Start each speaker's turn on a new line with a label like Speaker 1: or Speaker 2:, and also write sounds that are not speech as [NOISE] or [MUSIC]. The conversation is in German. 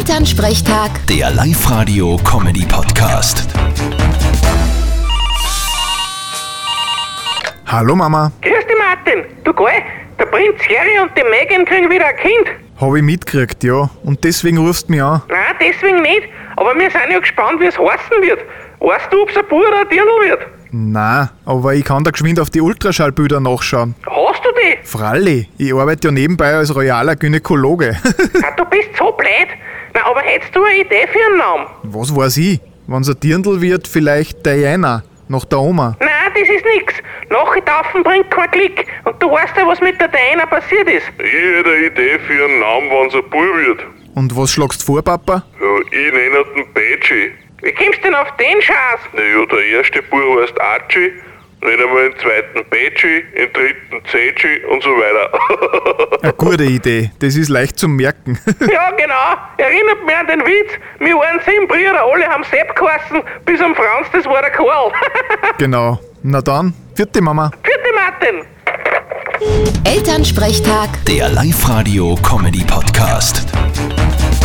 Speaker 1: Elternsprechtag,
Speaker 2: Der Live-Radio-Comedy-Podcast.
Speaker 3: Hallo Mama,
Speaker 4: Grüß dich, Martin. Du geil, der Prinz Harry und die Megan kriegen wieder ein Kind.
Speaker 3: habe ich mitgekriegt, ja. Und deswegen rufst du mich an.
Speaker 4: Nein, deswegen nicht. Aber wir sind ja gespannt, wie es heißen wird. Weißt du, ob es ein Bub oder ein Dirndl wird?
Speaker 3: Na, aber ich kann da geschwind auf die Ultraschallbilder nachschauen.
Speaker 4: Hast du die?
Speaker 3: Fralli, ich arbeite ja nebenbei als royaler Gynäkologe. [LAUGHS]
Speaker 4: Ah, du bist so blöd. Na, aber hättest du eine Idee für einen Namen?
Speaker 3: Was weiß ich? Wenn's ein Dirndl wird, vielleicht Diana, nach der Oma.
Speaker 4: Nein, das ist nix. Nachtaufen bringt kein Klick. Und du weißt ja, was mit der Diana passiert ist.
Speaker 5: Ich hätte eine Idee für einen Namen, wenn's ein Bub wird.
Speaker 3: Und was schlagst du vor, Papa?
Speaker 5: Ja, ich nenne ihn Badgie.
Speaker 4: Wie kommst du denn auf den Schatz?
Speaker 5: Naja, der erste Bub heißt Archie, nennen wir den zweiten Badgie, den dritten Zedgie und so weiter. [LAUGHS]
Speaker 3: Eine gute Idee, das ist leicht zu merken.
Speaker 4: [LAUGHS]
Speaker 3: [LAUGHS]
Speaker 4: Ja, genau. Erinnert mich an den Witz. Wir waren sieben Brüder, alle haben Sepp geheißen, bis am Franz, das war der Karl. [LAUGHS]
Speaker 3: genau. Na dann, vierte Mama.
Speaker 4: Vierte Martin.
Speaker 1: Elternsprechtag.
Speaker 2: Der Live-Radio-Comedy-Podcast.